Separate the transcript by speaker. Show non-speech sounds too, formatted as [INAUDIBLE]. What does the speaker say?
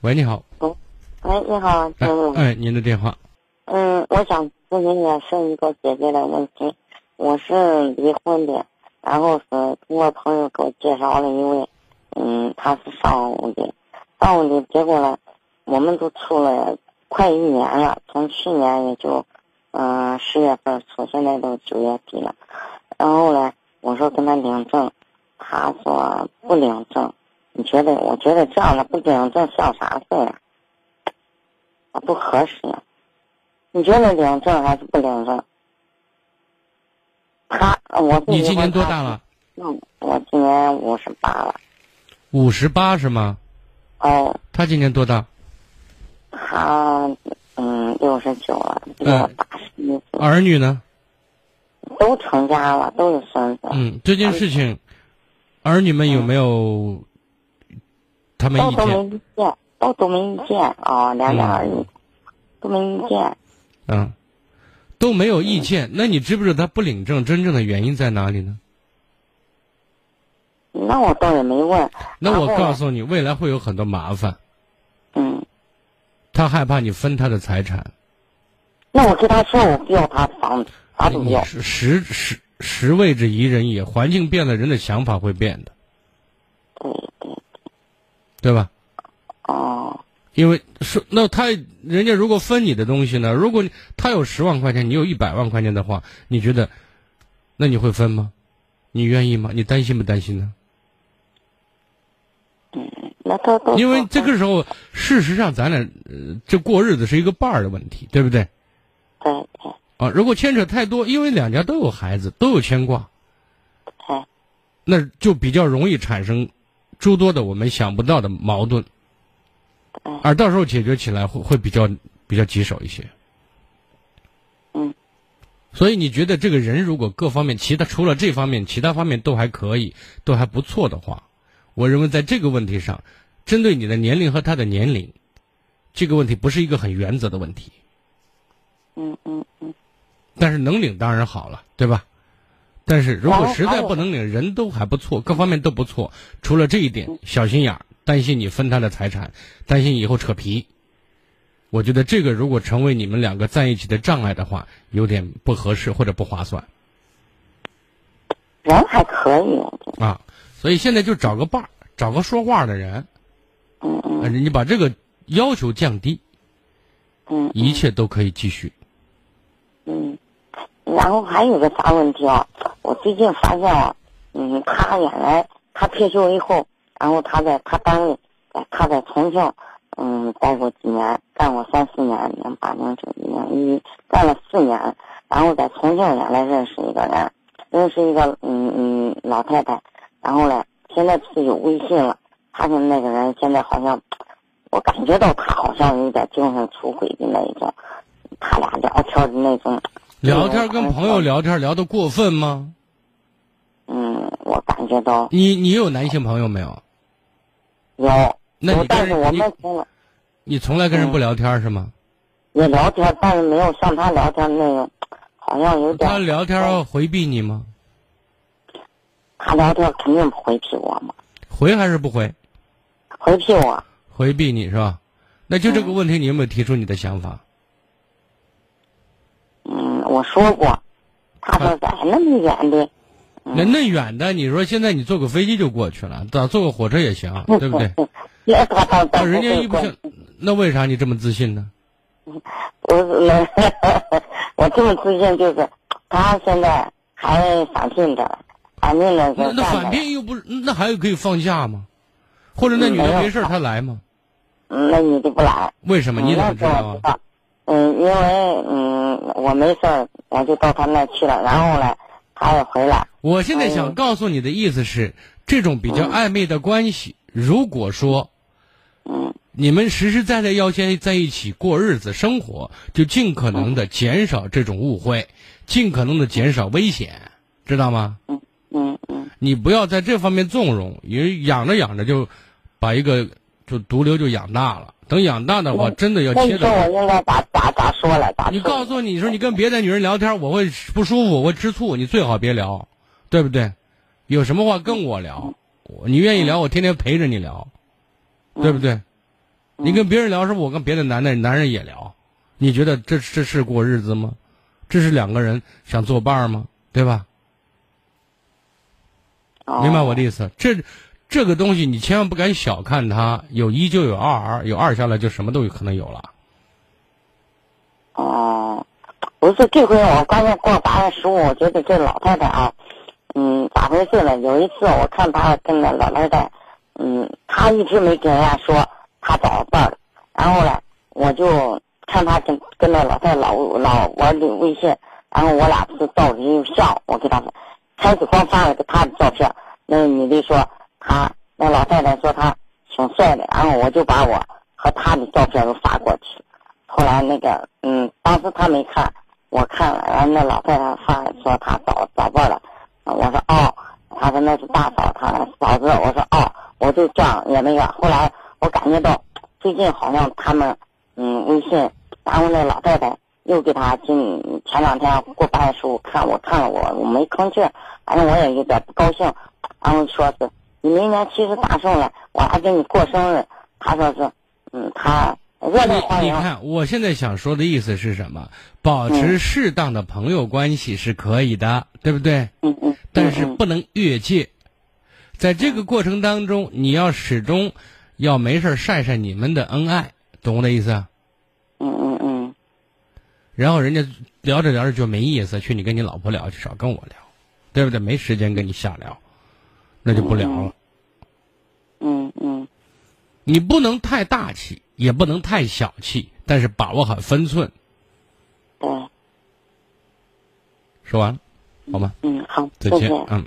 Speaker 1: 喂，你好，
Speaker 2: 喂，你好，
Speaker 1: 哎
Speaker 2: 姐妹。
Speaker 1: 哎，您的电话，
Speaker 2: 嗯，我想咨询也是一个姐姐的问题。我是离婚的，然后是通过朋友给我介绍了一位，嗯，他是上午的，上午的，结果呢，我们都处了快一年了，从去年也就，嗯、十月份处，现在都九月底了。然后呢，我说跟他领证，他说不领证。你觉得？我觉得这样的不领证像啥事儿啊？啊，不合适啊。你觉得领证还是不领证？他，我自己
Speaker 1: 你今年
Speaker 2: 问他
Speaker 1: 多大了？？
Speaker 2: 嗯，我今年五十八了。
Speaker 1: 五十八是吗？
Speaker 2: 哦，
Speaker 1: 他今年多大？
Speaker 2: 他嗯六十九了，比我
Speaker 1: 嗯
Speaker 2: 大十一岁，
Speaker 1: 儿女呢？
Speaker 2: 都成家了，都有孙子，
Speaker 1: 嗯，这件事情，儿女们有没有他们
Speaker 2: 都
Speaker 1: 意
Speaker 2: 都没
Speaker 1: 见？
Speaker 2: 意见，都都没意见啊、哦，两两而已，都没意见。
Speaker 1: 嗯，都没有意
Speaker 2: 嗯
Speaker 1: 见。那你知不知道他不领证真正的原因在哪里呢？
Speaker 2: 那我倒也没问。
Speaker 1: 那我
Speaker 2: 然后
Speaker 1: 告诉你，未来会有很多麻烦。
Speaker 2: 嗯，
Speaker 1: 他害怕你分他的财产。
Speaker 2: 那我跟他说我不要他房子，啥都不
Speaker 1: 你
Speaker 2: 要。
Speaker 1: 是十十十位置宜人也，环境变了，人的想法会变的，
Speaker 2: 对对，
Speaker 1: 对吧？
Speaker 2: 哦，
Speaker 1: 因为说那他人家如果分你的东西呢，如果你他有十万块钱，你有一百万块钱的话，你觉得，那你会分吗？你愿意吗？你担心不担心呢？
Speaker 2: 那他都
Speaker 1: 因为这个时候，事实上咱俩、呃、这过日子是一个伴儿的问题，对不对？
Speaker 2: 对对
Speaker 1: 啊，如果牵扯太多，因为两家都有孩子，都有牵挂，
Speaker 2: 对，
Speaker 1: 那就比较容易产生诸多的我们想不到的矛盾，
Speaker 2: 嗯
Speaker 1: 而到时候解决起来会会比较比较棘手一些。
Speaker 2: 嗯，
Speaker 1: 所以你觉得这个人如果各方面其他除了这方面，其他方面都还可以，都还不错的话，我认为在这个问题上，针对你的年龄和他的年龄，这个问题不是一个很原则的问题，
Speaker 2: 嗯嗯嗯，
Speaker 1: 但是能领当然好了，对吧？但是如果
Speaker 2: 然后
Speaker 1: 实
Speaker 2: 还
Speaker 1: 在
Speaker 2: 有
Speaker 1: 不能领，人都还不错，各方面都不错，除了这一点小心眼儿，担心你分他的财产，担心以后扯皮。我觉得这个如果成为你们两个在一起的障碍的话，有点不合适或者不划算
Speaker 2: 人还可以，我觉得，
Speaker 1: 啊。所以现在就找个伴儿，找个说话的人，
Speaker 2: 嗯嗯
Speaker 1: 呃你把这个要求降低，
Speaker 2: 嗯。
Speaker 1: 一切都可以继续。
Speaker 2: 嗯，然后还有个啥问题啊？我最近发现啊，嗯，他原来他退休以后，然后他在他单位，在他在重庆，嗯，待过几年，干过三四年，零八零九零一，干了四年，然后在重庆原来认识一个人，认识一个嗯嗯老太太，然后嘞，现在自己有微信了，他跟那个人现在好像，我感觉到他好像有点精神出轨的那一种，他俩聊天的那种。
Speaker 1: 聊天跟朋友聊天聊得过分吗？
Speaker 2: 嗯，我感觉到
Speaker 1: 你你有男性朋友没有？
Speaker 2: 有，
Speaker 1: 那
Speaker 2: 有
Speaker 1: 你
Speaker 2: 但
Speaker 1: 跟
Speaker 2: 是我
Speaker 1: 人
Speaker 2: 们
Speaker 1: 你
Speaker 2: 听了
Speaker 1: 你从来跟人不聊天是吗？
Speaker 2: 也聊天，但是没有像他聊天那种，好像有点
Speaker 1: 他聊天要回避你吗？
Speaker 2: 他聊天肯定不回避我嘛，
Speaker 1: 回还是不回？
Speaker 2: 回避我，
Speaker 1: 回避你是吧？那就这个问题，你有没有提出你的想法？
Speaker 2: 嗯，我说过，他说在那么远的，嗯
Speaker 1: 那那远的，你说现在你坐个飞机就过去了，打坐个火车也行，对不对？？
Speaker 2: 也他到
Speaker 1: 那
Speaker 2: 到
Speaker 1: 啊人家一不行，那为啥你这么自信呢？
Speaker 2: 我我 [LAUGHS] 我这么自信就是，他现在还反聘着，反聘着
Speaker 1: 那
Speaker 2: 就
Speaker 1: 那
Speaker 2: 干
Speaker 1: 反
Speaker 2: 着，
Speaker 1: 正又不是，那还有可以放假吗？或者那女的没事儿她来吗？
Speaker 2: 嗯那你就不来。
Speaker 1: 为什么？你怎么知道啊？
Speaker 2: 啊？嗯，因为嗯，我没事儿，我就到他那去了，然后呢，他也回来。
Speaker 1: 我现在想告诉你的意思是，这种比较暧昧的关系，如果说
Speaker 2: 嗯
Speaker 1: 你们实实在在要先在一起过日子、生活，就尽可能的减少这种误会，尽可能的减少危险，知道吗？
Speaker 2: 嗯嗯
Speaker 1: 你不要在这方面纵容，因为养着养着就把一个就毒瘤就养大了。等养大的话，
Speaker 2: 嗯
Speaker 1: 真的要
Speaker 2: 那
Speaker 1: 切
Speaker 2: 你说
Speaker 1: 掉。
Speaker 2: 我应该咋咋咋说了？咋说？
Speaker 1: 你告诉我，你说你跟别的女人聊天，我会不舒服，我会吃醋，你最好别聊，对不对？有什么话跟我聊，我你愿意聊，我天天陪着你聊，对不对？你跟别人聊，是不是我跟别的男的男人也聊？你觉得这这是过日子吗？这是两个人想作伴吗？对吧？
Speaker 2: 哦
Speaker 1: 明白我的意思？这这个东西你千万不敢小看它，有一就有二，有二下来就什么都有可能有了。
Speaker 2: 哦，不是这回我关键过八月十五，我觉得这老太太啊，嗯，咋回事呢？有一次我看她跟那老太太，嗯，她一直没跟人家说她找伴儿，然后呢，我就看她跟跟那老太太老老玩的微信，然后我俩不是照了一个相，我给她开始光发了个她的照片，那个女的说她那老太太说她挺帅的，然后我就把我和她的照片都发过去。后来那个，嗯，当时他没看，我看了，然后那老太太发说她找找伴了，我说哦，她说那是大嫂，她嫂子，我说哦，我就这样也那个。后来我感觉到最近好像他们，嗯，微信，然后那老太太又给他今前两天过八月十五看我看了我我没吭气儿，反正我也有点不高兴，然后说是你明年七十大寿了，我还给你过生日，他说是，嗯，他热烈欢
Speaker 1: 你
Speaker 2: 迎。
Speaker 1: 看，我现在想说的意思是什么？保
Speaker 2: 嗯
Speaker 1: 持适当的朋友关系是可以的，对不对？
Speaker 2: 嗯嗯，
Speaker 1: 但是
Speaker 2: 嗯嗯
Speaker 1: 不能越界。在这个过程当中，你要始终要没事儿晒晒你们的恩爱，懂我的意思啊？
Speaker 2: 嗯嗯嗯，
Speaker 1: 然后人家聊着聊着就没意思，去你跟你老婆聊去，少跟我聊，对不对？没时间跟你瞎聊，那就不聊了。
Speaker 2: 嗯嗯
Speaker 1: 你不能太大气，也不能太小气，但是把握好分寸。
Speaker 2: 嗯对，
Speaker 1: 说完了，好吗？
Speaker 2: 嗯好，
Speaker 1: 再
Speaker 2: 谢
Speaker 1: 见
Speaker 2: 谢。，
Speaker 1: 嗯。